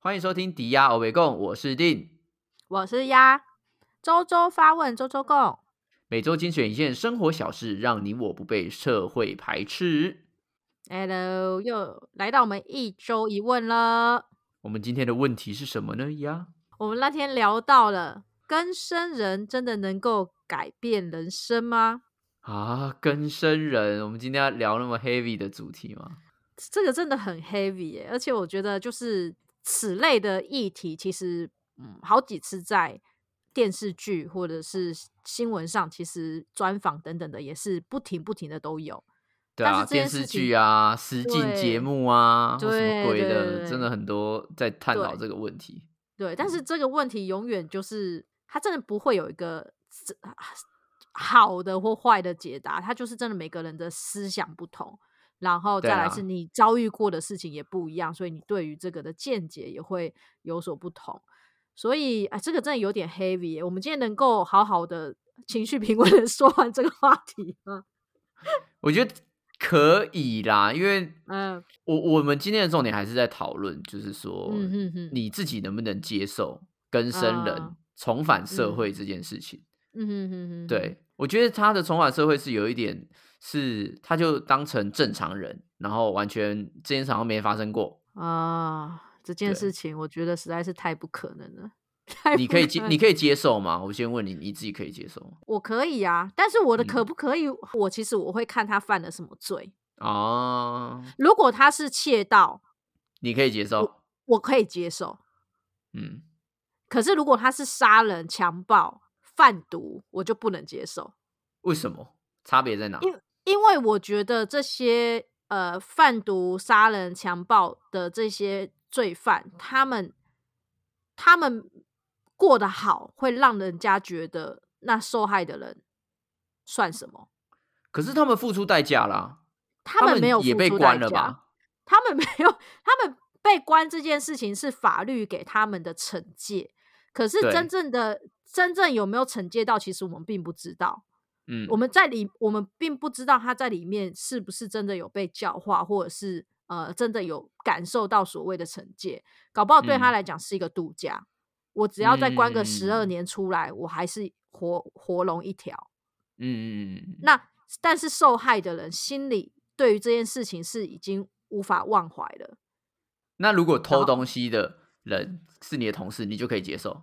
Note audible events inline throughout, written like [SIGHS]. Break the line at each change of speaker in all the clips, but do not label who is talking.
欢迎收听迪亚欧北共，我是定。
我是鸭，周周发问，周周共。
每周精选一件生活小事，让你我不被社会排斥。
Hello，又来到我们一周一问了。
我们今天的问题是什么呢？呀，
我们那天聊到了，更生人真的能够改变人生吗？
啊，更生人，我们今天要聊那么 heavy 的主题吗？
这个真的很 heavy 耶、而且我觉得就是此类的议题，其实嗯，好几次在电视剧或者是新闻上，其实专访等等的也是不停不停的都有。
对
但
啊，
是这件
电
事
视
情
剧啊，实境节目啊，或什么
对
鬼
对
的，
对
真的很多在探讨
对
这个问题。
对，但
嗯
是这个问题永远就是，它真的不会有一个是啊好的或坏的解答，它就是真的每个人的思想不同，然后
对
再来
啊
是你遭遇过的事情也不一样，所以你对于这个的见解也会有所不同。所以啊，这个真的有点 heavy 耶。我们今天能够好好的情绪平稳的 [LAUGHS] 说完这个话题吗？
我觉得可以啦，因为
嗯
我我们今天的重点还是在讨论，就是说，
嗯哼哼，
你自己能不能接受跟生人、
啊
重返社会
嗯
这件事情？
嗯哼哼哼，
对，我觉得他的重返社会是有一点是，他就当成正常人，然后完全这件事好像没发生过。
啊，这件
对
事情我觉得实在是太不可能了， [LAUGHS] 太
你
不
可以接，
能
你可以接受吗？我先问你，你自己可以接受吗？
我可以啊，但是我的
嗯
可不可以，我其实我会看他犯了什么罪。
哦，
如果他是窃盗，
你可以接受，
我可以接受；
嗯，
可是如果他是杀人、强暴、贩毒，我就不能接受，
为什么？差别在哪？
因为我觉得这些呃贩毒、杀人、强暴的这些罪犯，他们他们过得好，会让人家觉得那受害的人算什么？
可是他们付出代价啦，
他们没有
也
付
被
出
关
代
了
价
吧？
他们没有，他们被关这件事情是法律给他们的惩戒，可是
对
真正的真正有没有惩戒到，其实我们并不知道。
嗯，
我们在里，我们并不知道他在里面是不是真的有被教化，或者是呃真的有感受到所谓的惩戒，搞不好对他
嗯
来讲是一个度假。我只要再关个十二
嗯
年出来，我还是活活龙一条。
嗯嗯嗯嗯嗯，
那但是受害的人心里对于这件事情是已经无法忘怀了。
那如果偷
后
东西的人是你的同事，你就可以接受？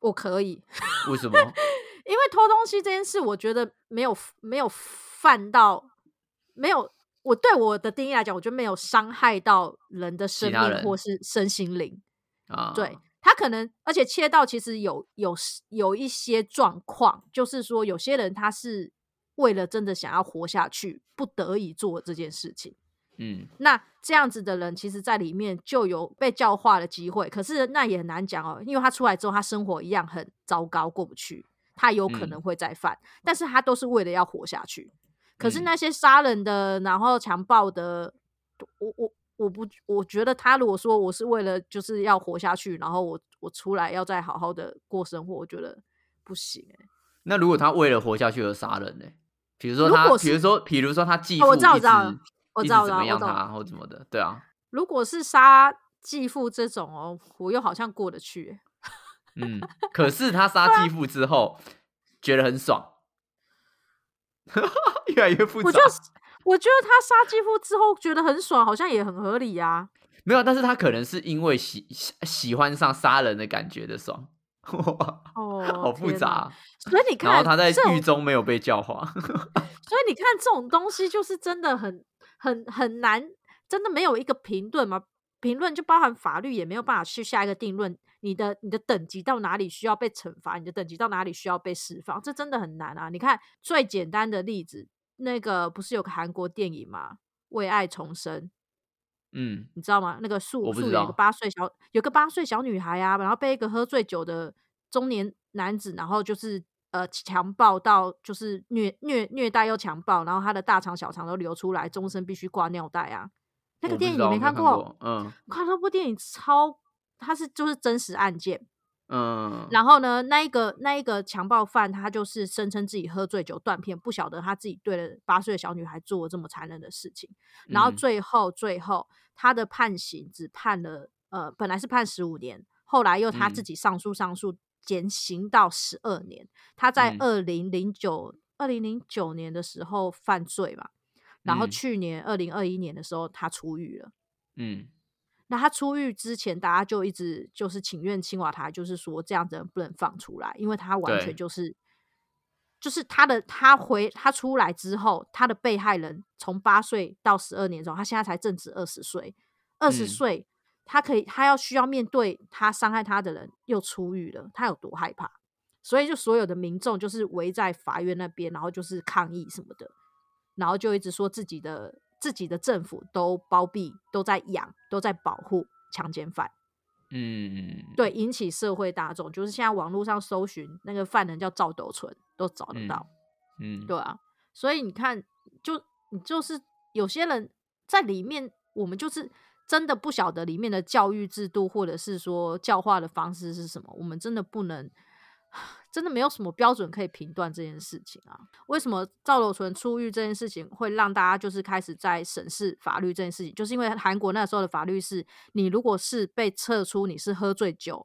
我可以， [LAUGHS]
为什么？
因为偷东西这件事，我觉得没有没有犯到，没有我对我的定义来讲，我觉得没有伤害到人的生
他
命
人
或是身心灵。
啊，
对，他可能，而且窃盗其实有有有一些状况，就是说有些人他是为了真的想要活下去，不得已做这件事情。
嗯，
那这样子的人，其实在里面就有被教化的机会。可是那也很难讲哦，因为他出来之后，他生活一样很糟糕，过不去，他有可
嗯
能会再犯，但是他都是为了要活下去。可是
嗯
那些杀人的，然后强暴的，我我我不，我觉得他如果说我是为了就是要活下去，然后我我出来要再好好的过生活，我觉得不行、欸。
那如果他为了活下去而杀人呢、比如说
如
他，
果
比如
是
说，比如说他继
哦
父
我
一
知道我
直
知道了
一
我知
直
道，我
怎
知
么
道，
样
我懂了。
他或怎么的，对
[LAUGHS]
啊，
如果是杀继父这种哦，我又好像过得去、欸
嗯，可是他
啊
杀继父之后觉得很爽，
[LAUGHS]
[LAUGHS] 越来越 [LAUGHS] 复
我
杂
就。是我觉得他杀继父之后觉得很爽，好像也很合理啊呀、
没有，但是他可能是因为喜喜喜欢上杀人的感觉的爽， [LAUGHS] 哇，
啊。哦，
[LAUGHS] 好复
天
杂
哪
啊。
所以你看，
然后他在
这种
狱中没有被教化， [LAUGHS]
所以你看这种东西就是真的很很很难，真的没有一个评论嘛？评论就包含法律，也没有办法去下一个定论。你的你的等级到哪里需要被惩罚，你的等级到哪里需要被释放，这真的很难啊！你看最简单的例子，那个不是有个韩国电影吗？为爱重生，
嗯，
你知道吗？那个素
我不
素
知
有一
道
个八岁小有个八岁小女孩啊，然后被一个喝醉酒的中年男子，然后就是呃强暴到就是虐虐虐待又强暴，然后他的大肠小肠都流出来，终身必须挂尿袋啊。那
我
个
不
电
知
影你
道
没
我看
看过？
嗯
我看那部电影超，它是就是真实案件，
嗯，
然后呢，那一个那一个强暴犯，他就是声称自己喝醉酒断片，不晓得他自己对了八岁的小女孩做了这么残忍的事情。然后
嗯
最后最后他的判刑只判了呃，本来是判十五年，后来又他自
嗯
己上诉上诉，减刑到十二年。他在
嗯
二零零九二零零九年的时候犯罪嘛，然后
嗯
去年二零二一年的时候他出狱了。
嗯
那他出狱之前，大家就一直就是请愿青瓦台，就是说这样的人不能放出来，因为他完
对
全就是，就是他的他回他出来之后，他的被害人从八岁到十二年中，他现在才正值二十岁，二十
嗯
岁他可以他要需要面对他伤害他的人又出狱了，他有多害怕？所以就所有的民众就是围在法院那边，然后就是抗议什么的，然后就一直说自己的自己的政府都包庇，都在养，都在保护强奸犯，
嗯，嗯，
对，引起社会大众就是现在网络上搜寻那个犯人叫赵斗淳，都找得到，
嗯，
对啊，所以你看，就你就是有些人在里面，我们就是。真的不晓得里面的教育制度，或者是说教化的方式是什么，我们真的不能， [SIGHS] 真的没有什么标准可以评断这件事情啊。为什么赵斗淳出狱这件事情会让大家就是开始在审视法律这件事情？就是因为韩国那时候的法律是，你如果是被测出你是喝醉酒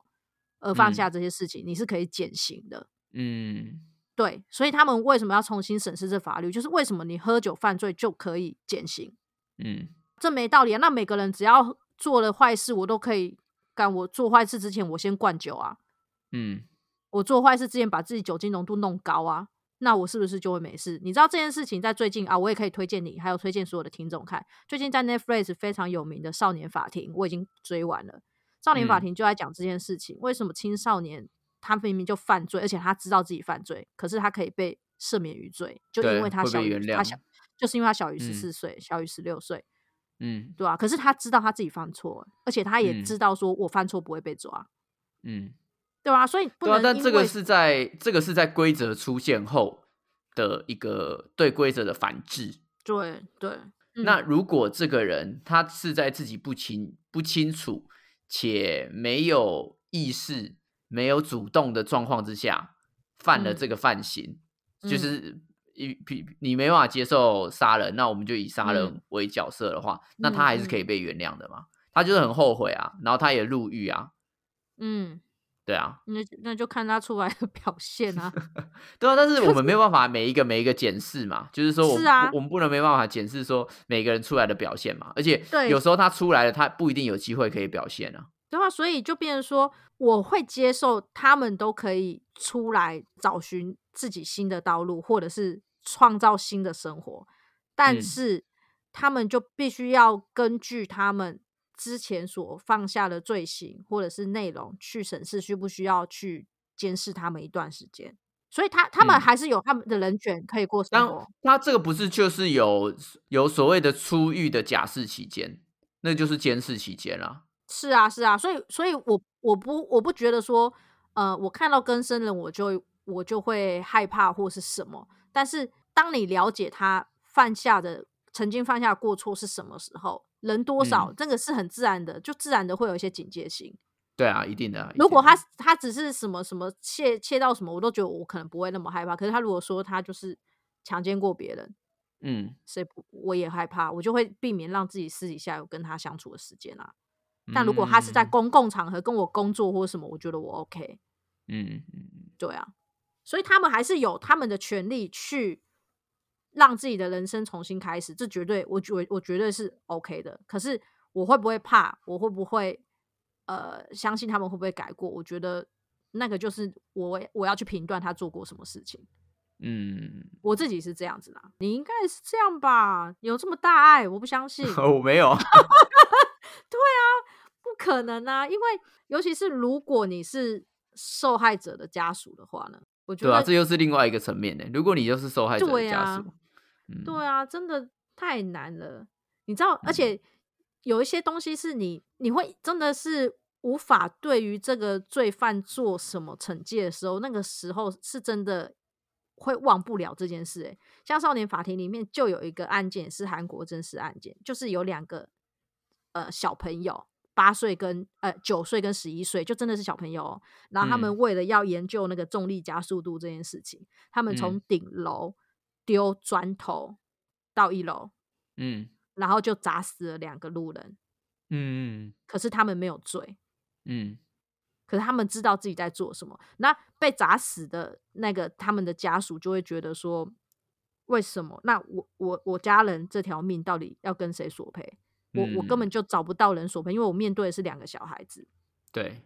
而放
嗯
下这些事情，你是可以减刑的。
嗯
对，所以他们为什么要重新审视这法律？就是为什么你喝酒犯罪就可以减刑？
嗯
这没道理啊！那每个人只要做了坏事，我都可以干。我做坏事之前，我先灌酒啊；
嗯
我做坏事之前，把自己酒精浓度弄高啊。那我是不是就会没事？你知道这件事情在最近啊，我也可以推荐你，还有推荐所有的听众看。最近在 Netflix 非常有名的《少年法庭》，我已经追完了。《少年法
嗯
庭》就在讲这件事情，为什么青少年他明明就犯罪，而且他知道自己犯罪，可是他可以被赦免于罪，就因
对
为他
会被
小于
原谅
他小，就是因为他小于十
嗯
四岁，小于十六岁。
嗯
对啊，可是他知道他自己犯错，而且他也
嗯
知道说我犯错不会被抓，
嗯，
对啊，所以不
对啊
能，
但
因
这个
为
是在这个是在规则出现后的一个对规则的反制。
对对，嗯
那如果这个人他是在自己不清不清楚且没有意识、没有主动的状况之下犯了
嗯
这个犯行，就
嗯
是一比你没办法接受杀人，那我们就以
嗯
杀人为角色的话，那他还是可以被原谅的嘛？他就是很后悔啊，然后他也入狱啊，
嗯，
对啊，
那就那就看他出来的表现啊， [LAUGHS]
对啊，但是我们没有办法每一个每一个检视嘛，就是说我们
是啊
不我们不能没办法检视说每个人出来的表现嘛，而且
对
有时候他出来了，他不一定有机会可以表现啊。
对啊，所以就变成说我会接受他们都可以出来找寻自己新的道路，或者是创造新的生活，但
嗯
是他们就必须要根据他们之前所放下的罪行或者是内容去审视需不需要去监视他们一段时间。所以他他们
嗯
还是有他们的人权可以过生
当
活，
他这个不是就是有有所谓的出狱的假释期间，那就是监视期间啦、
是啊，是啊，所以，所以我我不我不觉得说，呃，我看到更生人我就我就会害怕或是什么，但是当你了解他犯下的曾经犯下的过错是什么时候，人多少，
嗯
这个是很自然的，就自然的会有一些警戒心。
对啊，一定的啊。一
如果
定
他
的
他只是什么什么窃窃到什么，我都觉得我可能不会那么害怕。可是他如果说他就是强奸过别人，
嗯，
谁不我也害怕，我就会避免让自己私底下有跟他相处的时间啊。但如果他是在
嗯
公共场合跟我工作或什么，我觉得我 OK，
嗯嗯嗯
对啊，所以他们还是有他们的权利去让自己的人生重新开始，这绝对我觉我绝对是 OK 的。可是我会不会怕？我会不会呃相信他们会不会改过？我觉得那个就是我我要去评断他做过什么事情。
嗯
我自己是这样子啦，你应该是这样吧？有这么大爱，我不
[LAUGHS]
相信。
嗯，我没有啊，
不可能啊，因为尤其是如果你是受害者的家属的话呢，我觉
对啊，
得
这又是另外一个层面呢。如果你就是受害者的
对
家
啊
属，嗯，
对啊，真的太难了。你知道，而且有一些东西是你你会真的是无法对于这个罪犯做什么惩戒的时候，那个时候是真的会忘不了这件事、欸。像少年法庭里面就有一个案件是韩国真实案件，就是有两个呃小朋友。八岁跟呃九岁跟十一岁，就真的是小朋友、哦。然后他们
嗯
为了要研究那个重力加速度这件事情，他们从
嗯
顶楼丢砖头到一楼，
嗯
然后就砸死了两个路人。
嗯
可是他们没有罪，
嗯
可是他们知道自己在做什么。那被砸死的那个他们的家属就会觉得说，为什么？那我我我家人这条命到底要跟谁索赔？我我根本
嗯
就找不到人索赔，因为我面对的是两个小孩子。
对，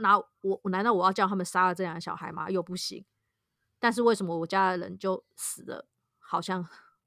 那我我难道我要叫他们杀了这两个小孩吗？又不行。但是为什么我家的人就死了？好像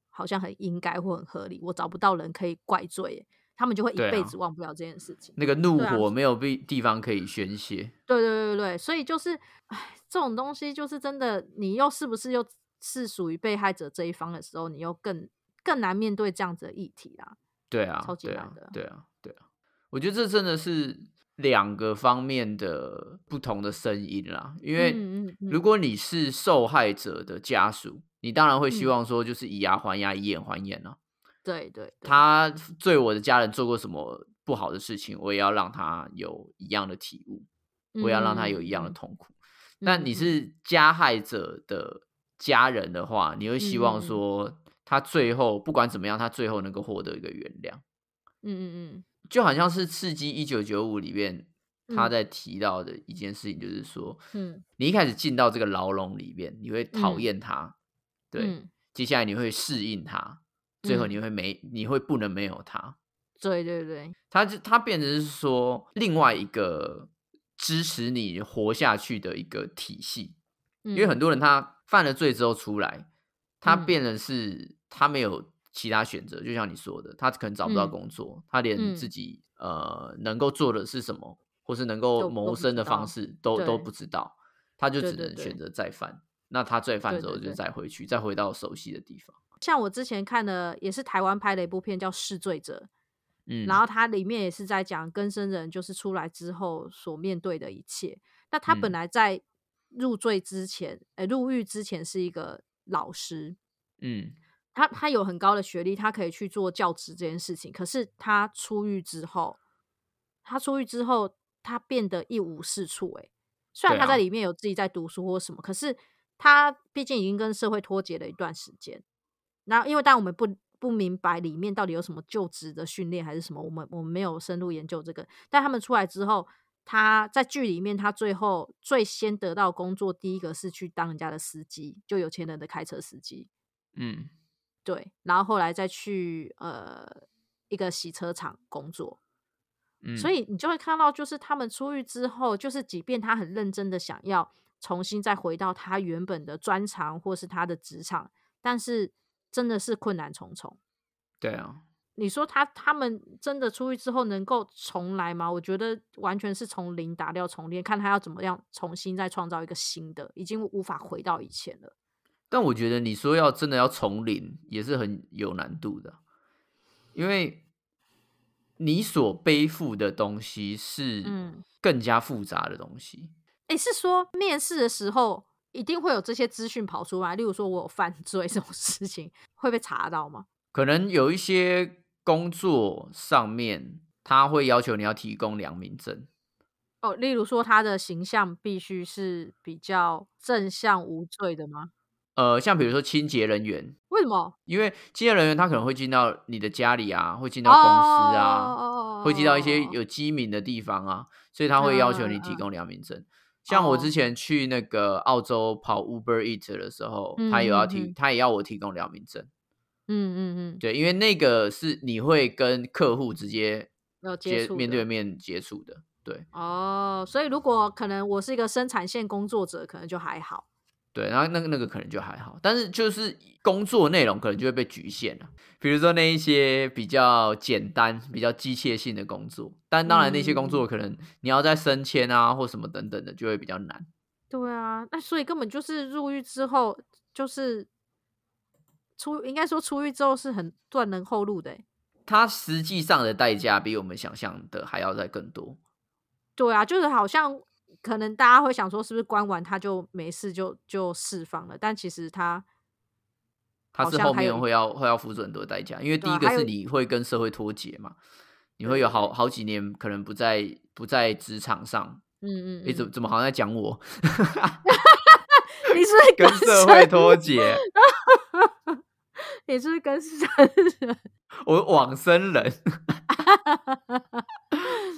好像很应该或很合理，我找不到人可以怪罪耶，他们就会一
对啊
辈子忘不了这件事情。
那个怒
对啊
火没有地地方可以宣泄。
对对对对，所以就是，哎，这种东西就是真的，你又是不是又是属于被害者这一方的时候，你又更更难面对这样子的议题啦。
对啊，
超级
对
难
啊
的
对啊，对啊，我觉得这真的是两个方面的不同的声音啦。因为
嗯嗯嗯，
如果你是受害者的家属，你当然会希
嗯
望说就是以牙还牙，以眼还眼啊。
对对对，
他对我的家人做过什么不好的事情，我也要让他有一样的体悟，我也要让他有一样的
嗯
痛苦。
嗯
但你
嗯
是加害者的家人的话，你会希望
嗯嗯嗯
说他最后不管怎么样，他最后能够获得一个原谅。
嗯嗯
就好像是《刺激一九九五》里面他
嗯
在提到的一件事情，就是说，
嗯
你一开始进到这个牢笼里面，你会讨
嗯
厌他，
嗯，
对，
嗯，
接下来你会适应他，最后
嗯
你会没，你会不能没有他。
对对对，
他就他变成是说另外一个支持你活下去的一个体系，
因
因为很多人他犯了罪之后出来，他
嗯
变得是他没有其他选择，就像你说的，他可能找不到
嗯
工作，他连自
嗯
己呃能够做的是什么，或是能
都
够
都
谋
不
生
知
的方
道
式都都
对
不知道，他就
对
只
对
能
对
选择再犯。那他再犯
对
之后
对
就
对
再回去，再回到熟悉的地方。
像我之前看的也是台湾拍的一部片叫《弑罪者》，
嗯，
然后它里面也是在讲更生人就是出来之后所面对的一切。那他本
嗯
来在入罪之前，呃，入狱之前是一个老师，
嗯
他他有很高的学历，他可以去做教职这件事情。可是他出狱之后，他出狱之后，他变得一无是处、欸。虽然
对
他在
啊
里面有自己在读书或什么，可是他毕竟已经跟社会脱节了一段时间。那因为但我们不不明白里面到底有什么就职的训练还是什么，我们我们没有深入研究这个。但他们出来之后，他在剧里面他最后最先得到工作，第一个是去当人家的司机，就有钱人的开车司机。
嗯
对，然后后来再去呃一个洗车厂工作，
嗯，
所以你就会看到，就是他们出狱之后，就是即便他很认真的想要重新再回到他原本的专长或是他的职场，但是真的是困难重重。
对啊，
你说他他们真的出狱之后能够重来吗？我觉得完全是从零打掉重练，看他要怎么样重新再创造一个新的，已经无法回到以前了。
但我觉得你说要真的要从零，也是很有难度的，因为你所背负的东西是
嗯，
更加复杂的东西。
诶，是说面试的时候一定会有这些资讯跑出来，例如说我有犯罪 [LAUGHS] 这种事情会被查到吗？
可能有一些工作上面，他会要求你要提供良民证。
哦，例如说他的形象必须是比较正向无罪的吗？
呃，像比如说清洁人员，
为什么？
因为清洁人员他可能会进到你的家里啊，会进
哦
到公司啊，
哦嗯
会进到一些有机敏的地方啊，所以他会要求你提供良民证。像我之
哦
前去那个澳洲跑 Uber Eat 的时候，他也
嗯
要
嗯
提，
嗯
他也要我提供良民证。
嗯嗯嗯，
对，因为那个是你会跟客户直接
有接
接
触
面
的
对面接触的，对
哦，所以如果可能我是一个生产线工作者，可能就还好。
对。然后那个那个可能就还好，但是就是工作内容可能就会被局限了。比如说那一些比较简单、比较机械性的工作，但当然那些工
嗯
作可能你要在升迁啊或什么等等的就会比较难。
对啊，那所以根本就是入狱之后，就是出应该说出狱之后是很断人后路的欸。
它实际上的代价比我们想象的还要再更多。
对啊，就是好像可能大家会想说，是不是关完他就没事就就释放了？但其实他
它
好
是
像
后
还有
面
一
会要会要付出很多代价，因为
对
第一
啊
个
还有
是你会跟社会脱节嘛，你
对
会有
对
好好几年可能不在不在职场上。
嗯嗯
诶，
嗯，
怎怎么好像在讲我
[LAUGHS] 你是不是
跟
跟
社会
生
脱节？
你是不是跟生人？ [LAUGHS]
我往生人，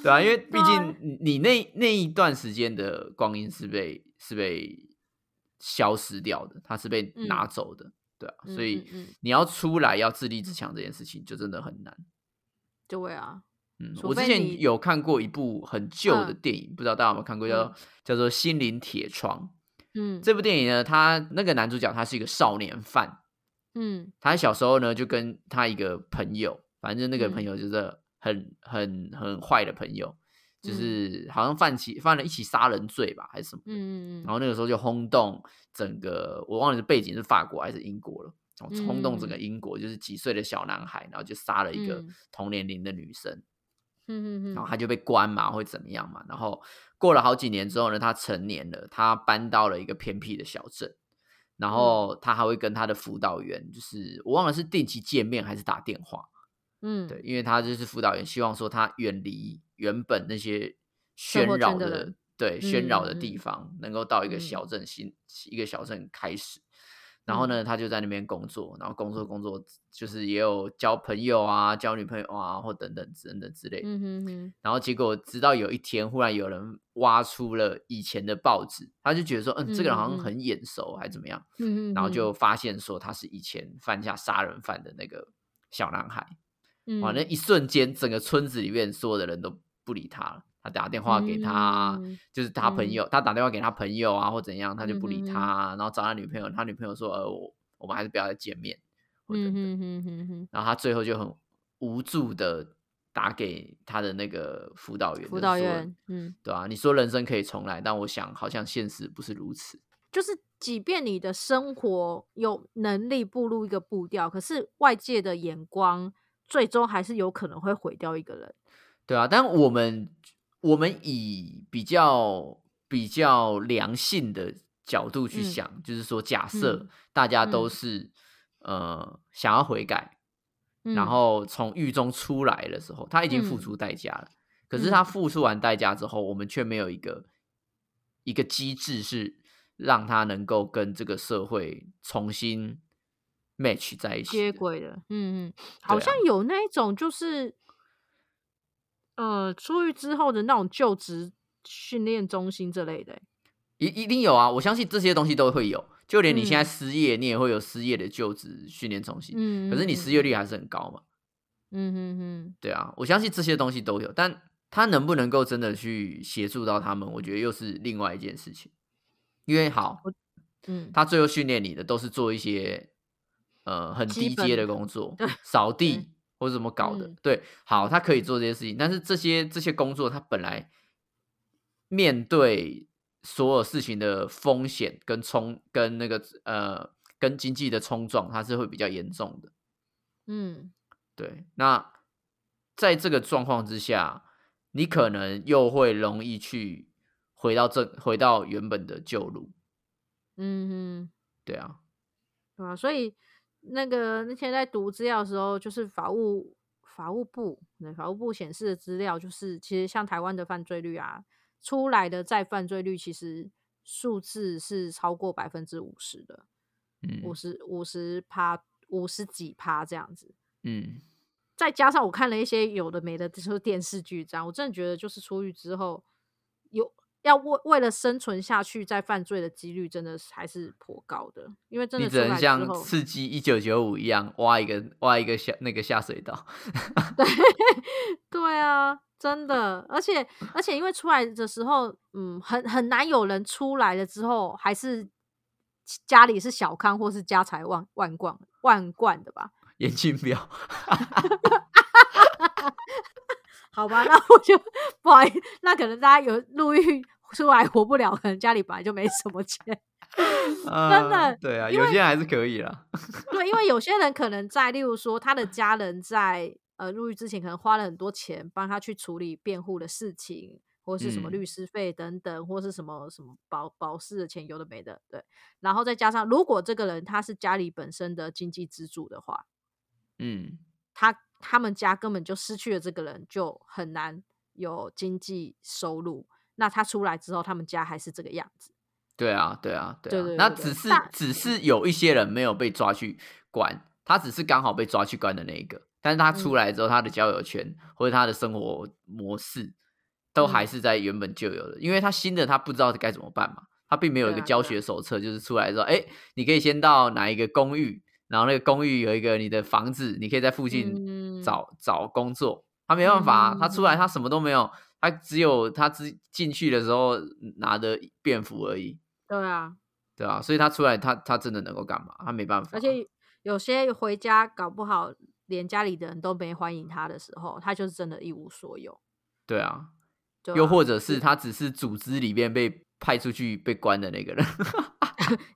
对啊，因为毕
对啊
竟你你那那一段时间的光阴是被是被消失掉的，它是被拿
嗯
走的，对啊，
嗯
所以
嗯嗯
你要出来要自立自强这件事情就真的很难。
对啊，
嗯，
除
我之
非
前
你
有看过一部很旧的
嗯
电影，不知道大家有没有看过，叫
嗯
叫做《心灵铁窗》。
嗯，
这部电影呢，他那个男主角他是一个少年犯，
嗯
他小时候呢就跟他一个朋友，反正那个
嗯
朋友就是很很很坏的朋友，就
嗯
是好像犯起犯了一起杀人罪吧，还是什么的。
嗯嗯
然后那个时候就轰动整个，我忘了是背景是法国还是英国了，然后轰动整个
嗯
英国，就是几岁的小男孩，然后就杀了一个
嗯
同年龄的女生。
嗯嗯
然后
嗯，
他就被关嘛，会怎么样嘛？然后过了好几年之后呢，他成年了，他搬到了一个偏僻的小镇，
嗯
然后他还会跟他的辅导员，就是我忘了是定期见面还是打电话，
嗯
对，因为他就是辅导员，希望说他远离原本那些
生
喧
活
扰
圈的
的
人
对喧扰的
嗯嗯
地方，能够到一个
嗯
小镇新、一个小镇开始。然后呢，他就在那边工作，然后工作工作就是也有交朋友啊，交女朋友啊，或等等等等之类的。
嗯哼哼，
然后结果直到有一天，忽然有人挖出了以前的报纸，他就觉得说，嗯，这个人好像
嗯嗯嗯
很眼熟，还怎么样？
嗯哼
然后就
哼
发现说他是以前犯下杀人犯的那个小男孩。哇，那
嗯
一瞬间，整个村子里面所有的人都不理他了。他打电话给他，啊
嗯
就是他朋
嗯
友，他打电话给他朋友啊，或怎样，他就不理
嗯哼
他。然后找他女朋友，他女朋友说，呃，我我们还是不要再见面，或者
嗯哼哼哼哼，
然后他最后就很无助的打给他的那个辅导员，
辅
就是
导
说
员，嗯，
对啊，你说人生可以重来，但我想好像现实不是如此。
就是即便你的生活有能力步入一个步调，可是外界的眼光最终还是有可能会毁掉一个人。
对啊，但我们我们以比较比较良性的角度去
嗯
想，就是说，假设
嗯
大家都
嗯
是、呃想要悔改，
嗯、
然后从狱中出来的时候，他已经付
嗯
出代价了。可是他
嗯
付出完代价之后，我们却没有一个一个机制是让他能够跟这个社会重新 match 在一起
接
的。
轨了，嗯嗯，好
对啊
像有那一种就是，呃，出狱之后的那种就职训练中心之类的欸、
一一定有啊！我相信这些东西都会有，就连你现在
嗯
失业，你也会有失业的就职训练中心。
嗯，
可是你
嗯
失业，率还是很高嘛？
嗯嗯嗯
对啊，我相信这些东西都有，但他能不能够真的去协助到他们，我觉得又是另外一件事情。因为好，
嗯，
他最后训练你的都是做一些呃很
基
低
本
阶的
的
工作
对，
扫地或者怎么搞的。
嗯
对，好，
嗯
他可以做这些事情，但是这些这些工作，他本来面对所有事情的风险跟冲跟那个呃跟经济的冲撞，它是会比较严重的。
嗯
对，那在这个状况之下，你可能又会容易去回到正回到原本的旧路。
嗯嗯，
对啊，
对啊，所以那个那天在读资料的时候，就是法务法务部，对法务部显示的资料，就是其实像台湾的犯罪率啊，出来的再犯罪率其实数字是超过百分之五十的。
嗯
五十五十趴五十几趴这样子。
嗯，
再加上我看了一些有的没的，就是电视剧这样，我真的觉得就是出狱之后有要为为了生存下去，再犯罪的几率真的是还是颇高的，因为真
你
的出
只能
来之
像
后，
刺激一九九五一样挖一个挖一个下那个下水道。 [LAUGHS]
对啊，真的，
[LAUGHS]
而且而且因为出来的时候，嗯，很很难有人出来了之后还是家里是小康或是家财万万贯万贯的吧，
严禁标，
好吧， [LAUGHS] 那我就不好意思，那可能大家有入狱出来活不了，可能家里本来就没什么钱。
真
[LAUGHS] 的
对啊，
因
有些人还是可以啦。
对，因为有些人可能在，例如说他的家人在呃入狱之前，可能花了很多钱帮他去处理辩护的事情，或是什么
嗯
律师费等等，或是什么什么保保释的钱，有的没的。对，然后再加上如果这个人他是家里本身的经济支柱的话，
嗯，
他他们家根本就失去了这个人，就很难有经济收入。那他出来之后，他们家还是这个样子。
对啊，对啊，对
对
啊。
对
那
对
只
对
是
但
只是有一些人没有被抓去关，他只是刚好被抓去关的那一个，但是他出
嗯
来之后，他的交友圈或者他的生活模式都
嗯
还是在原本就有的，因为他新的他不知道该怎么办嘛，他并没有一
对
个
啊
教
对
学手册，就是出来说，哎，你可以先到哪一个公寓，然后那个公寓有一个你的房子，你可以在附近
嗯
找、找工作。他没办法啊、他出来他什么都没有，他只有他只进去的时候拿的便服而已，
对啊，
对啊，所以他出来他他真的能够干嘛？他没办法啊，
而且有些回家搞不好连家里的人都没欢迎他的时候，他就是真的一无所有。
对啊，
对
又
啊
或者是他只是组织里面被派出去被关的那个人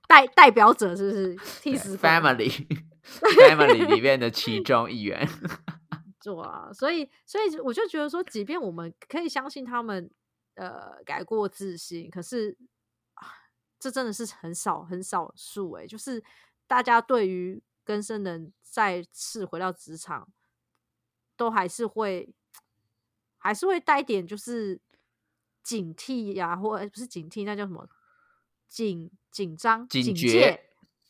代代表者是不是替
对 [LAUGHS]
死鬼啊 [LAUGHS]
，family family 里面的其中一员。
做啊？所以，所以我就觉得说，即便我们可以相信他们，呃，改过自新，可是、啊这真的是很少很少数诶、就是大家对于更生人再次回到职场，都还是会还是会带一点就是警惕呀、或呃不是警惕，那叫什么紧紧张、
警
警
觉
戒，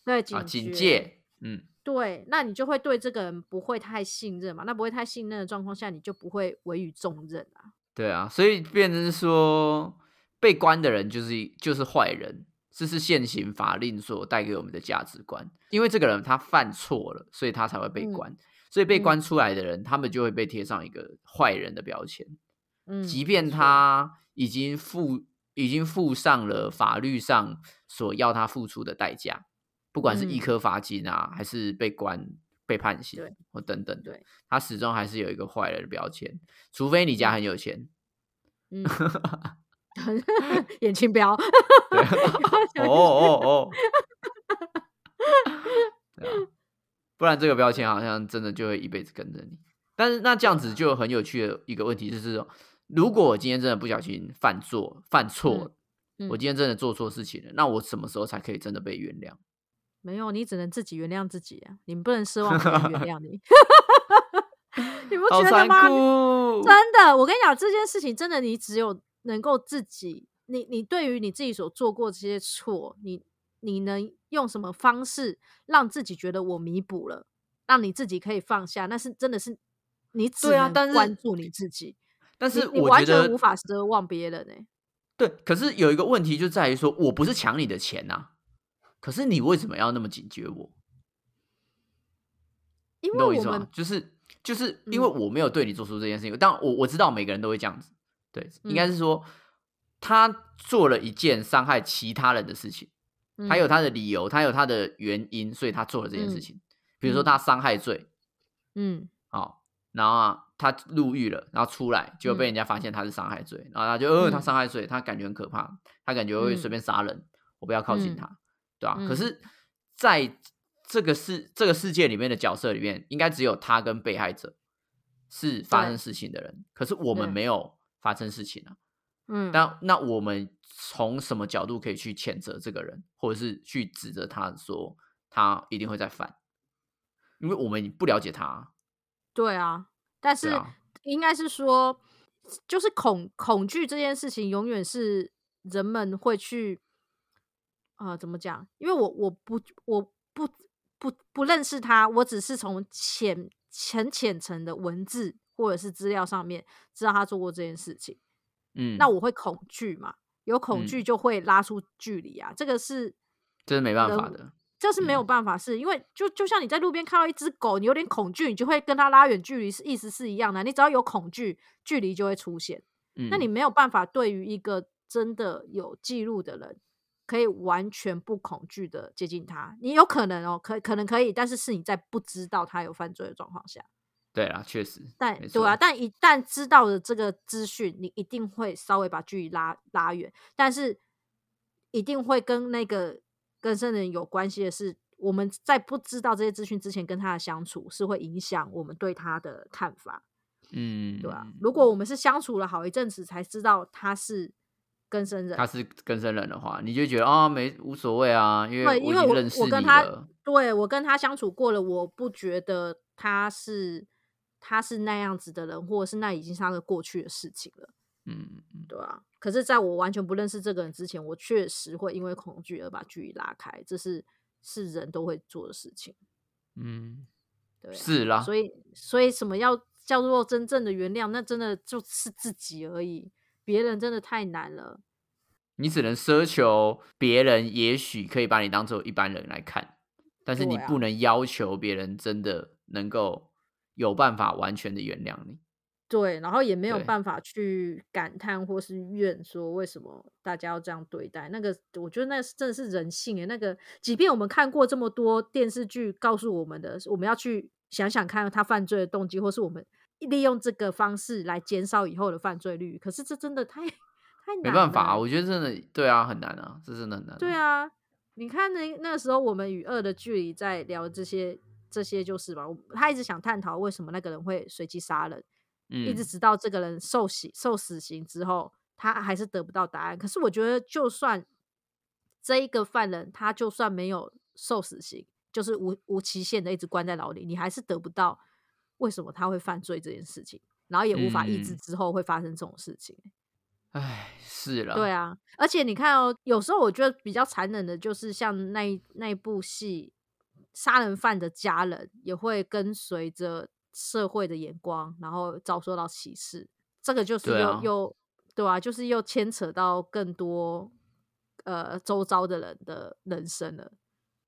对，
啊，
警
警
觉
戒，嗯，
对，那你就会对这个人不会太信任嘛？那不会太信任的状况下，你就不会委以重任啊。
对啊，所以变成是说被关的人就是就是坏人，这是现行法令所带给我们的价值观。因为这个人他犯错了，所以他才会被
嗯
关。所以被
嗯
关出来的人，他们就会被贴上一个坏人的标签。
嗯，
即便
没错
他已经付已经付上了法律上所要他付出的代价，不管是一
嗯
颗罚金啊，还是被关、被判刑
对
或等等的
对，
他始终还是有一个坏人的标签。除非你家很有钱， [LAUGHS]
嗯， [LAUGHS] 眼睛标，
对 [LAUGHS]
[LAUGHS]
哦哦哦，对啊，不然这个标签好像真的就会一辈子跟着你。但是那这样子就很有趣的一个问题就是说，如果我今天真的不小心犯错犯错了，
嗯
我今天真的做错事情了，那我什么时候才可以真的被原谅？
没有，你只能自己原谅自己啊，你不能奢望别人原
[LAUGHS]
谅你。你不
好
觉得
残
吗？
酷！
真的，我跟你讲这件事情，真的你只有能够自己，你你对于你自己所做过这些错，你你能用什么方式让自己觉得我弥补了，让你自己可以放下，那是真的是你只
对啊
能
但是
关注你自己，
但
你
是
你
我
完
觉得
全无法奢望别人欸呢、
对，可是有一个问题就在于说，我不是抢你的钱呐、可是你为什么要那么警觉我？
因
你懂我
为
意
我
思吗
们？嗯
就是就是因为我没有对你做出这件事情，但我我知道每个人都会这样子，对，应该
嗯
是说他做了一件伤害其他人的事情，他有
嗯
他的理由，他有他的原因，所以他做了这件事
嗯
情。比如说
嗯
他伤害罪，
嗯
哦，然后啊他入狱了，然后出来就被
嗯
人家发现他是伤害罪，然后他就呃他
嗯
伤害罪，他感觉很可怕，他感觉会随
嗯
便杀人，我不要靠近
嗯
他，对吧、可
嗯
是在这个世这个世界里面的角色里面，应该只有他跟被害者是发
对
生事情的人，可是我们
对
没有发生事情啊。
嗯，
那那我们从什么角度可以去谴责这个人，或者是去指责他说他一定会再犯？因为我们不了解他啊，
对啊，但
对
是
啊，
应该是说，就是恐恐惧这件事情，永远是人们会去，呃，怎么讲？因为我我不我不不不认识他，我只是从浅浅浅层的文字或者是资料上面知道他做过这件事情，
嗯，
那我会恐惧嘛？有恐
嗯
惧就会拉出距离啊，这个是
这是没办
人
法
物
的。
这是没有
嗯
办法，是因为就就像你在路边看到一只狗，你有点恐惧，你就会跟它拉远距离，是意思是一样的。你只要有恐惧，距离就会出现。
嗯，
那你没有办法对于一个真的有记录的人，可以完全不恐惧的接近他。你有可能哦，可可能可以，但是是你在不知道他有犯罪的状况下，
对啦，确实，
但
没
对啊，
错
但一旦知道了这个资讯，你一定会稍微把距离拉拉远，但是一定会跟那个跟生人有关系的是，我们在不知道这些资讯之前跟他的相处是会影响我们对他的看法，
嗯，
对啊，如果我们是相处了好一阵子才知道他是跟生人
他，是更生人的话，你就觉得啊、没无所谓啊，因为
对，
已
因为
经
我
认识
我
你
跟他
了，
对我跟他相处过了，我不觉得他是他是那样子的人，或者是那已经是他的过去的事情了。
嗯，嗯
对啊，可是在我完全不认识这个人之前，我确实会因为恐惧而把距离拉开，这是是人都会做的事情，
嗯，
对、啊。
是啦，
所以，所以什么要叫做真正的原谅？那真的就是自己而已。别人真的太难了。
你只能奢求别人也许可以把你当做一般人来看，但是你
对啊
不能要求别人真的能够有办法完全的原谅你。
对，然后也没有
对
办法去感叹或是怨说为什么大家要这样对待。那个，我觉得那是真的是人性欸诶。那个，即便我们看过这么多电视剧告诉我们的，我们要去想想看他犯罪的动机，或是我们利用这个方式来减少以后的犯罪率。可是这真的太太难了，
没办法、啊，我觉得真的对啊，很难啊，这真的很难、
对，啊，你看那那时候我们与恶的距离在聊这些这些就是吧，我他一直想探讨为什么那个人会随机杀人，
嗯，
一直直到这个人受刑受死刑之后，他还是得不到答案。可是我觉得，就算这一个犯人他就算没有受死刑，就是无无期限的一直关在牢里，你还是得不到为什么他会犯罪这件事情，然后也无法抑制
嗯
之后会发生这种事情。
唉，是了，
对，啊，而且你看哦，有时候我觉得比较残忍的就是像那一那一部戏，杀人犯的家人也会跟随着社会的眼光，然后遭受到歧视。这个就是
对
又、
啊
又对啊，就是又牵扯到更多呃周遭的人的人生了。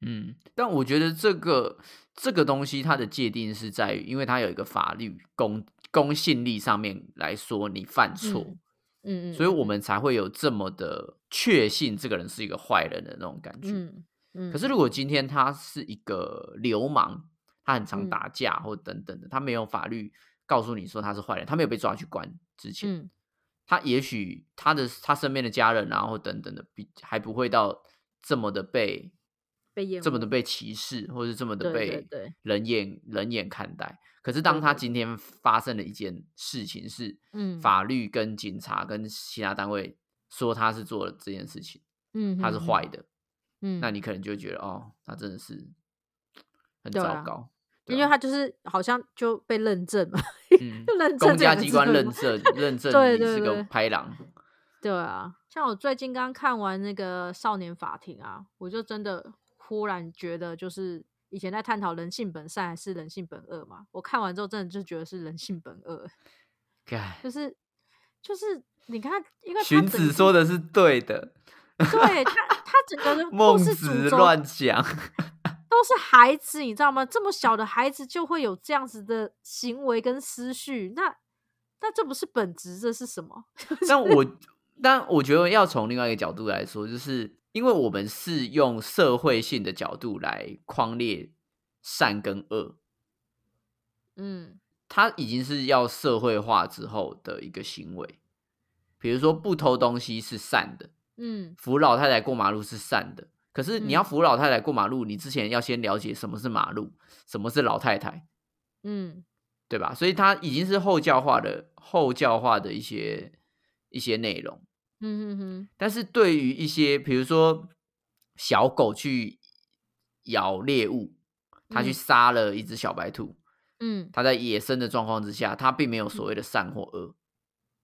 嗯，但我觉得这个这个东西它的界定是在于，因为它有一个法律公公信力上面来说，你犯错。
嗯嗯嗯，
所以我
嗯
们才会有这么的确信这个人是一个坏人的那种感觉。
嗯嗯，
可是如果今天他是一个流氓，他很常
嗯
打架或等等的，他没有法律告诉你说他是坏人，他没有被抓去关之前，
嗯
他也许他的他身边的家人啊或等等的，比还不会到这么的被
被淹
这么
没
的被歧视，或是这么的
对对
被
对
冷眼冷眼看待。可是
对
当他
对
今天发生了一件事情，是
嗯
法律跟警察跟其他单位说他是做了这件事情，
嗯
他是
嗯
坏的，
嗯，
那你可能就会觉得哦，他真的是很
对
糟
啊
糕，对
因为
啊
他就是好像就被认证嘛，
嗯
就认证
公
这
家
两个
机
字
关
了
认
吗
证认证
对
你
对
是
对
个拍狼， [LAUGHS]
对啊，像我最近刚看完那个《少年法庭》啊，我就真的忽然觉得，就是以前在探讨人性本善还是人性本恶嘛，我看完之后真的就觉得是人性本恶， [LAUGHS]
干
就是就是你看，因为他
荀
整
子
个
说的是对的，
对他他整
[LAUGHS]
个的
孟
故事
子
主轴
乱讲，
都是孩子，你知道吗？这么小的孩子就会有这样子的行为跟思绪，那那这不是本质，这是什么？
但我但我觉得要从另外一个角度来说，就是因为我们是用社会性的角度来框列善跟恶，
嗯
它已经是要社会化之后的一个行为。比如说不偷东西是善的，
嗯
扶老太太过马路是善的。可是你要
嗯
扶老太太过马路，你之前要先了解什么是马路，什么是老太太，
嗯
对吧？所以它已经是后教化的后教化的一些一些内容。
嗯嗯嗯
但是对于一些比如说小狗去咬猎物，它去
嗯
杀了一只小白兔，
嗯，
它在野生的状况之下，它并没有所谓的善或恶，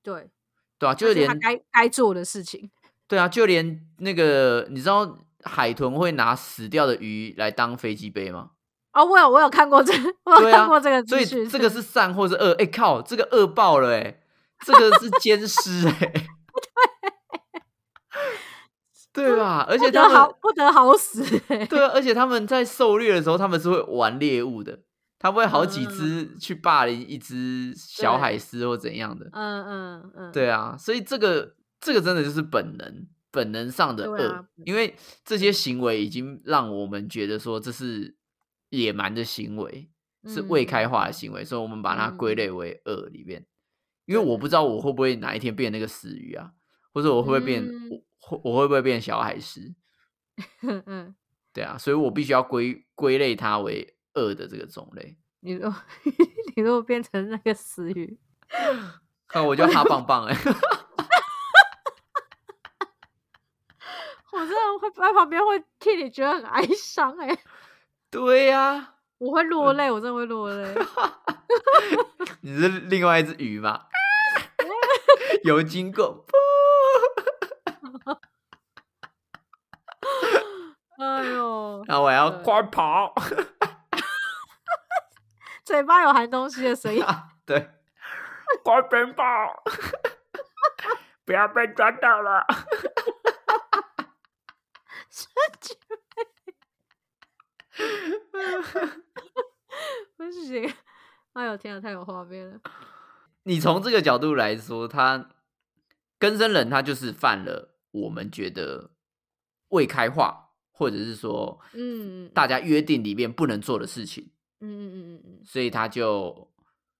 对。
对啊，就
这是他
连
该该做的事情。
对啊，就连那个你知道海豚会拿死掉的鱼来当飞机杯吗？
哦，我有我有看过这，我有
对
看
啊
过这个
所
资
以
讯。
这个是善或是恶？哎、靠，这个恶爆了哎、这个是奸尸哎、 [LAUGHS] 对吧？而
不
且他
得
们
好不得好死、欸。 [LAUGHS]
对啊，而且他们在狩猎的时候，他们是会玩猎物的，他们会好几
嗯
只去霸凌一只小海狮或怎样的。
嗯嗯嗯，
对啊，所以这个这个真的就是本能，本能上的
对
恶，
啊
因为这些行为已经让我们觉得说这是野蛮的行为，是未开
嗯
化的行为，所以我们把它
嗯
归
嗯
类为恶里面。因为
对啊
我不知道我会不会哪一天变那个死鱼啊，或者我会不会变、
嗯
我我会不会变小海狮？
嗯嗯，
对啊，所以我必须要归归类它为恶的这个种类。
你如果 [LAUGHS] 你如果变成那个死鱼，
看我就 [LAUGHS] 哈棒棒哎、
我真的会在旁边会替你觉得很哀伤哎、
对呀、
我会落泪，我真的会落泪。
你是另外一只鱼吗？ [LAUGHS] 有经过，
哎呦，
那我要快跑。
嘴巴
哎 [LAUGHS]
有含东西的声音，
对，快奔跑， [LAUGHS] 不要被抓到了。
不行，哎呦天啊，太有画面了。
[LAUGHS] 你从这个角度来说，他根生人他就是犯了我们觉得未开化，或者是说
嗯，嗯
大家约定里面不能做的事情，
嗯嗯嗯嗯
所以他就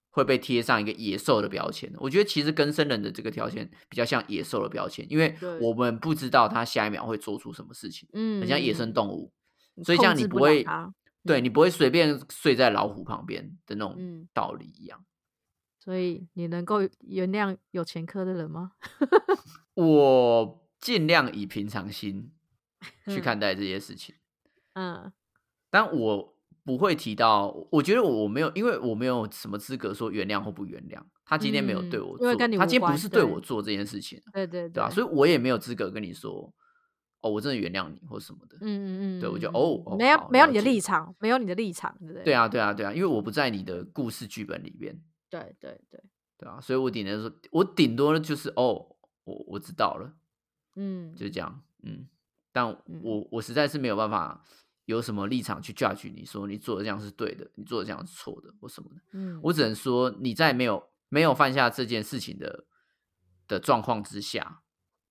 会被贴上一个野兽的标签。我觉得其实根生人的这个条件比较像野兽的标签，因为
对
我们不知道他下一秒会做出什么事情，
嗯，
很像野生
嗯，
动物，
嗯
所以这样
控
你
制
不
了
会
它
对你不会随便睡在老虎旁边的那种
嗯，
道理一样。
所以你能够原谅有前科的人吗？
我尽量以平常心去
嗯
看待这些事情。
嗯
但我不会提到，我觉得我没有，因为我没有什么资格说原谅或不原谅。他今天没有对
嗯
我
因
做，
为跟你
他
无
今天不
关
是对
对
我做这件事情，
对对
对吧、啊所以我也没有资格跟你说，哦，我真的原谅你或什么的。
嗯嗯嗯，
对我就
嗯
哦
嗯
哦
没有
好
没有
了
你的
解
立场，没有你的立场，对不对？
对啊，对啊，对啊，因为我不在你的故事剧本里边，
对对对，
对啊，所以我顶多说，我顶多就是哦，我我知道了，
嗯，
就这样，嗯。但
嗯
我我实在是没有办法有什么立场去 judge 你说你做的这样是对的，你做的这样是错的或什么的。
嗯
我只能说，你在没有没有犯下这件事情的的状况之下，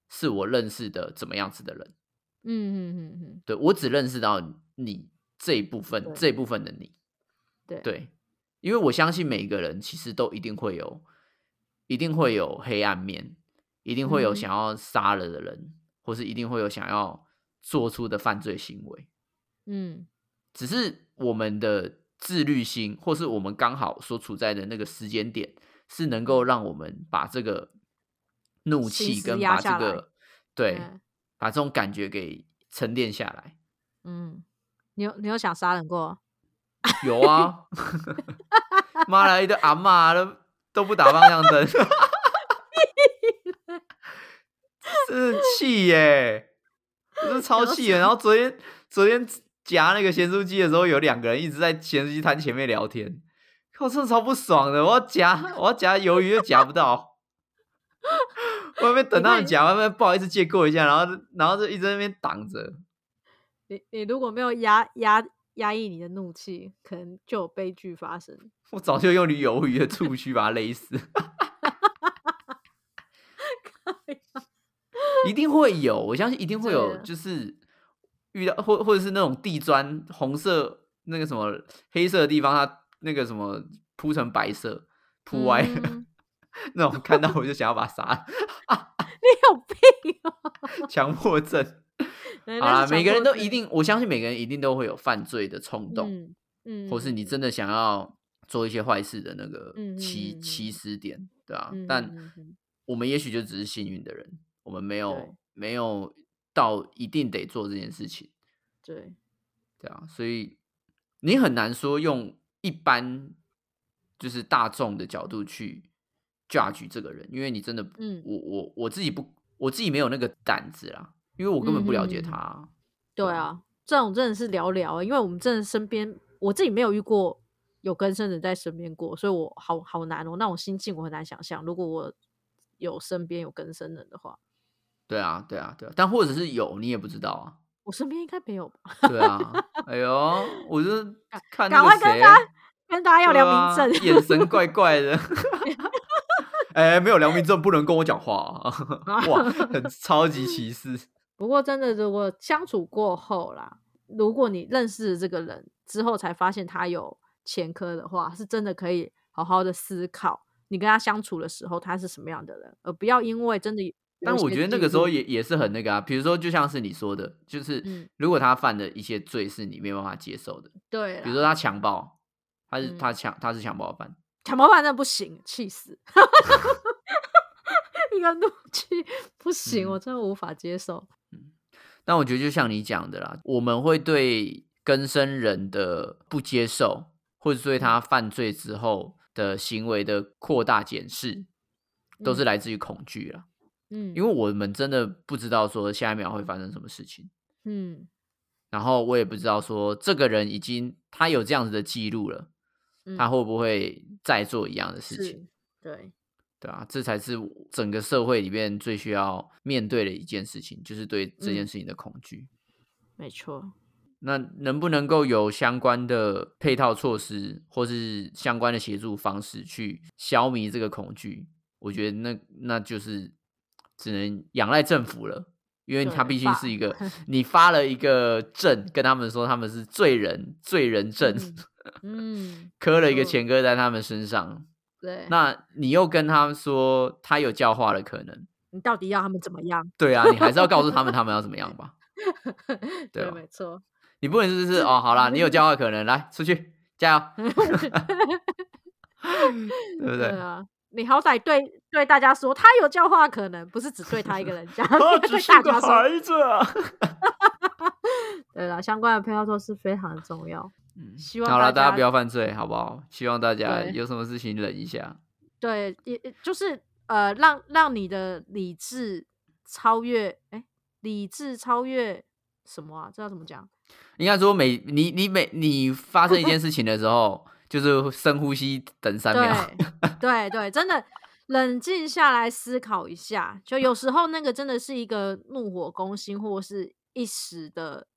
是我认识的怎么样子的人。
嗯嗯嗯嗯，
对我只认识到你这一部分
对
这一部分的你。
对
对，因为我相信每一个人其实都一定会有，一定会有黑暗面，一定会有
嗯
想要杀了的人，或是一定会有想要做出的犯罪行为。
嗯
只是我们的自律心，或是我们刚好所处在的那个时间点，是能够让我们把这个怒
心
气
思
跟把
压
这
下来
个对、
嗯
把这种感觉给沉淀下来。
嗯，你有你有想杀人过？
有啊，妈来一堆阿妈都都不打方向灯，真的气耶、真的超气的。然后昨天昨天夹那个咸酥鸡的时候，有两个人一直在咸酥鸡摊前面聊天，我真的超不爽的。我要夹我要夹鱿鱼又夹不到。我还没等他们夹完，我还没不好意思借过一下，然后然后就一直在那边挡着。
你你如果没有压压压抑你的怒气，可能就有悲剧
[LAUGHS]
发生。
我早就用你鱿鱼的触须把它勒
[LAUGHS]
死。一定会有，我相信一定会有，
对
就是遇到或或者是那种地砖红色那个什么黑色的地方，它那个什么铺成白色铺歪
[LAUGHS]
了、
嗯
[LAUGHS] 那种，看到我就想要把它杀，
你有病哦！
强迫症
[LAUGHS] 人家
啊！
哎是强
每个人
迫
都一
症
定，我相信每个人一定都会有犯罪的冲动，
嗯嗯，
或是你真的想要做一些坏事的那个
嗯嗯
起
嗯
起
嗯
始点，对啊，
嗯
但
嗯嗯嗯
我们也许就只是幸运的人，我们没
对
有没有到一定得做这件事情，
对
对啊，所以你很难说用一般就是大众的角度去 judge 这个人，因为你真的，
嗯
我我我自己不，我自己没有那个胆子啦，因为我根本不了解
嗯哼
他啊、
对啊，这种真的是寥寥欸，因为我们真的身边我自己没有遇过有跟生人在身边过，所以我好好难哦，那种心境我很难想象。如果我有身边有跟生人的话，
对啊，对啊，对啊，但或者是有你也不知道啊，
我身边应该没有吧？
[LAUGHS]
[LAUGHS]
对啊，哎呦，我就看
赶
那
快
个
跟
谁，
他跟大家要
对
良
啊
民证，
眼神怪怪
[LAUGHS]
的。哎、没有良民证不能跟我讲话、啊，
[LAUGHS]
哇，很超级歧视。
不过真的，如果相处过后啦，如果你认识这个人之后才发现他有前科的话，是真的可以好好的思考，你跟他相处的时候他是什么样的人，而不要因为真的有一些记
但
录。
我觉得那个时候也也是很那个啊，比如说就像是你说的，就是
嗯
如果他犯的一些罪是你没有办法接受的，
对啦，啊
比如说他强暴，他是、
嗯
他强他是强暴犯，
抢包办那不行，气死！ [LAUGHS] 一个怒气不
嗯
行，我真的无法接受。
但我觉得就像你讲的啦，我们会对更生人的不接受，或者对
嗯
他犯罪之后的行为的扩大检视，都是来自于恐惧啦。
嗯，
因为我们真的不知道说下一秒会发生什么事情，
嗯
然后我也不知道说这个人已经他有这样子的记录了，
嗯
他会不会再做一样的事情？
是对，
对啊，这才是整个社会里面最需要面对的一件事情，就是对这件
嗯
事情的恐惧。
没错，
那能不能够有相关的配套措施，或是相关的协助方式去消弭这个恐惧？我觉得那那就是只能仰赖政府了，因为它
对
毕竟
吧
是一个你发了一个证，跟他们说他们是罪人，罪人证， [LAUGHS]
嗯，
磕了一个
嗯
前科在他们身上，
对，
那你又跟他们说他有教化的可能，
你到底要他们怎么样？
对啊，你还是要告诉他们他们要怎么样吧？ [LAUGHS] 对哦啊吧
没错，
你不能
嗯
就是哦，好啦，你有教化可能，来出去加油，
[LAUGHS]
对不对？
啊，你好歹对对大家说，他有教化可能，不是只对他一
[LAUGHS]
个人讲，
他
[LAUGHS] 对大家说。
子啊。
对了，相关的配套措施非常的重要。
[LAUGHS] 嗯
希望
好了，
大
大家
家
不要犯罪，好不好？希望大家
对
有什么事情忍一下。
对，也也就是呃，让让你的理智超越，哎，理智超越什么啊？这要怎么讲？
应该说每你你每你发生一件事情的时候， [LAUGHS] 就是深呼吸，等三
对
秒。
对对，真的冷静下来思考一下，就有时候那个真的是一个怒火攻心，或是一时的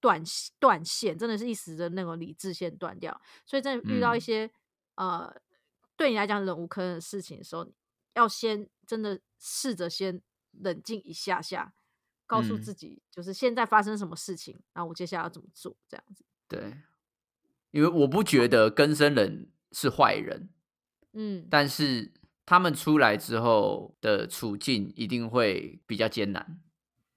断线断线，真的是一时的那种理智线断掉。所以真的遇到一
嗯
些、呃对你来讲忍无可忍的事情的时候，要先真的试着先冷静一下下。告诉
嗯
自己，就是现在发生什么事情，然后我接下来要怎么做，这样子。
对，因为我不觉得更生人是坏人，
嗯，
但是他们出来之后的处境一定会比较艰难。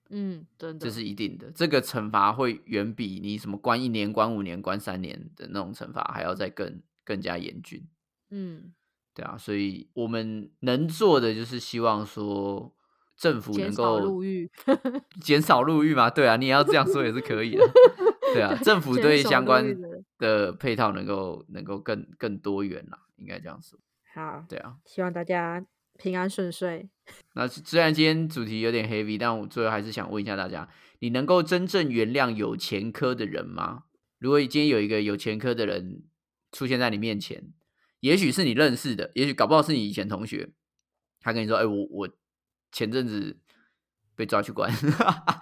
嗯，真的，
这是一定的。这个惩罚会远比你什么关一年、关五年、关三年的那种惩罚还要再更更加严峻，
嗯，
对啊。所以我们能做的就是希望说政府
减
能
少
够
入狱， [LAUGHS]
减少入狱嘛，对啊，你也要这样说也是可以
[LAUGHS]
的，对啊。政府
减
对
少
相
入狱
关
的
的配套能够能够更更多元啦，应该这样说，
好，
对啊。
希望大家平安顺遂。
那虽然今天主题有点 heavy，但我最后还是想问一下大家：你能够真正原谅有前科的人吗？如果今天有一个有前科的人出现在你面前，也许是你认识的，也许搞不好是你以前同学，他跟你说：“哎、我我前阵子被抓去关。”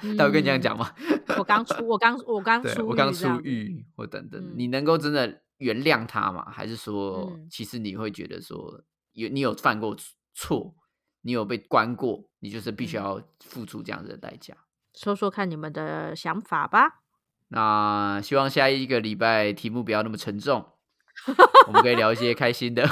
[LAUGHS] 他会跟你这样讲吗？
我刚出，我刚我刚
对
出，
我刚出，狱，或等等，你能够真的原谅他吗？还是说，
嗯
其实你会觉得说，有你有犯过错，你有被关过，你就是必须
嗯
要付出这样子的代价。
说说看你们的想法吧。
那希望下一个礼拜题目不要那么沉重，我们可以聊一些开心的。 [LAUGHS]
有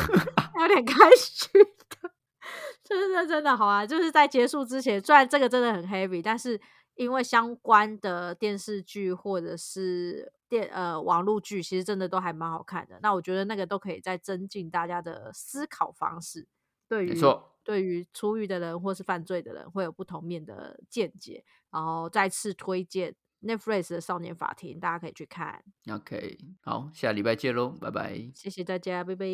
点开心的， [LAUGHS] 真的真的好啊！就是在结束之前，虽然这个真的很 heavy，但是因为相关的电视剧或者是电呃网络剧，其实真的都还蛮好看的。那我觉得那个都可以再增进大家的思考方式，对
没
于
错，
对于出狱的人或是犯罪的人会有不同面的见解，然后再次推荐 Netflix 的《少年法庭》，大家可以去看。
OK，好，下礼拜见喽，拜拜。
谢谢大家，拜拜。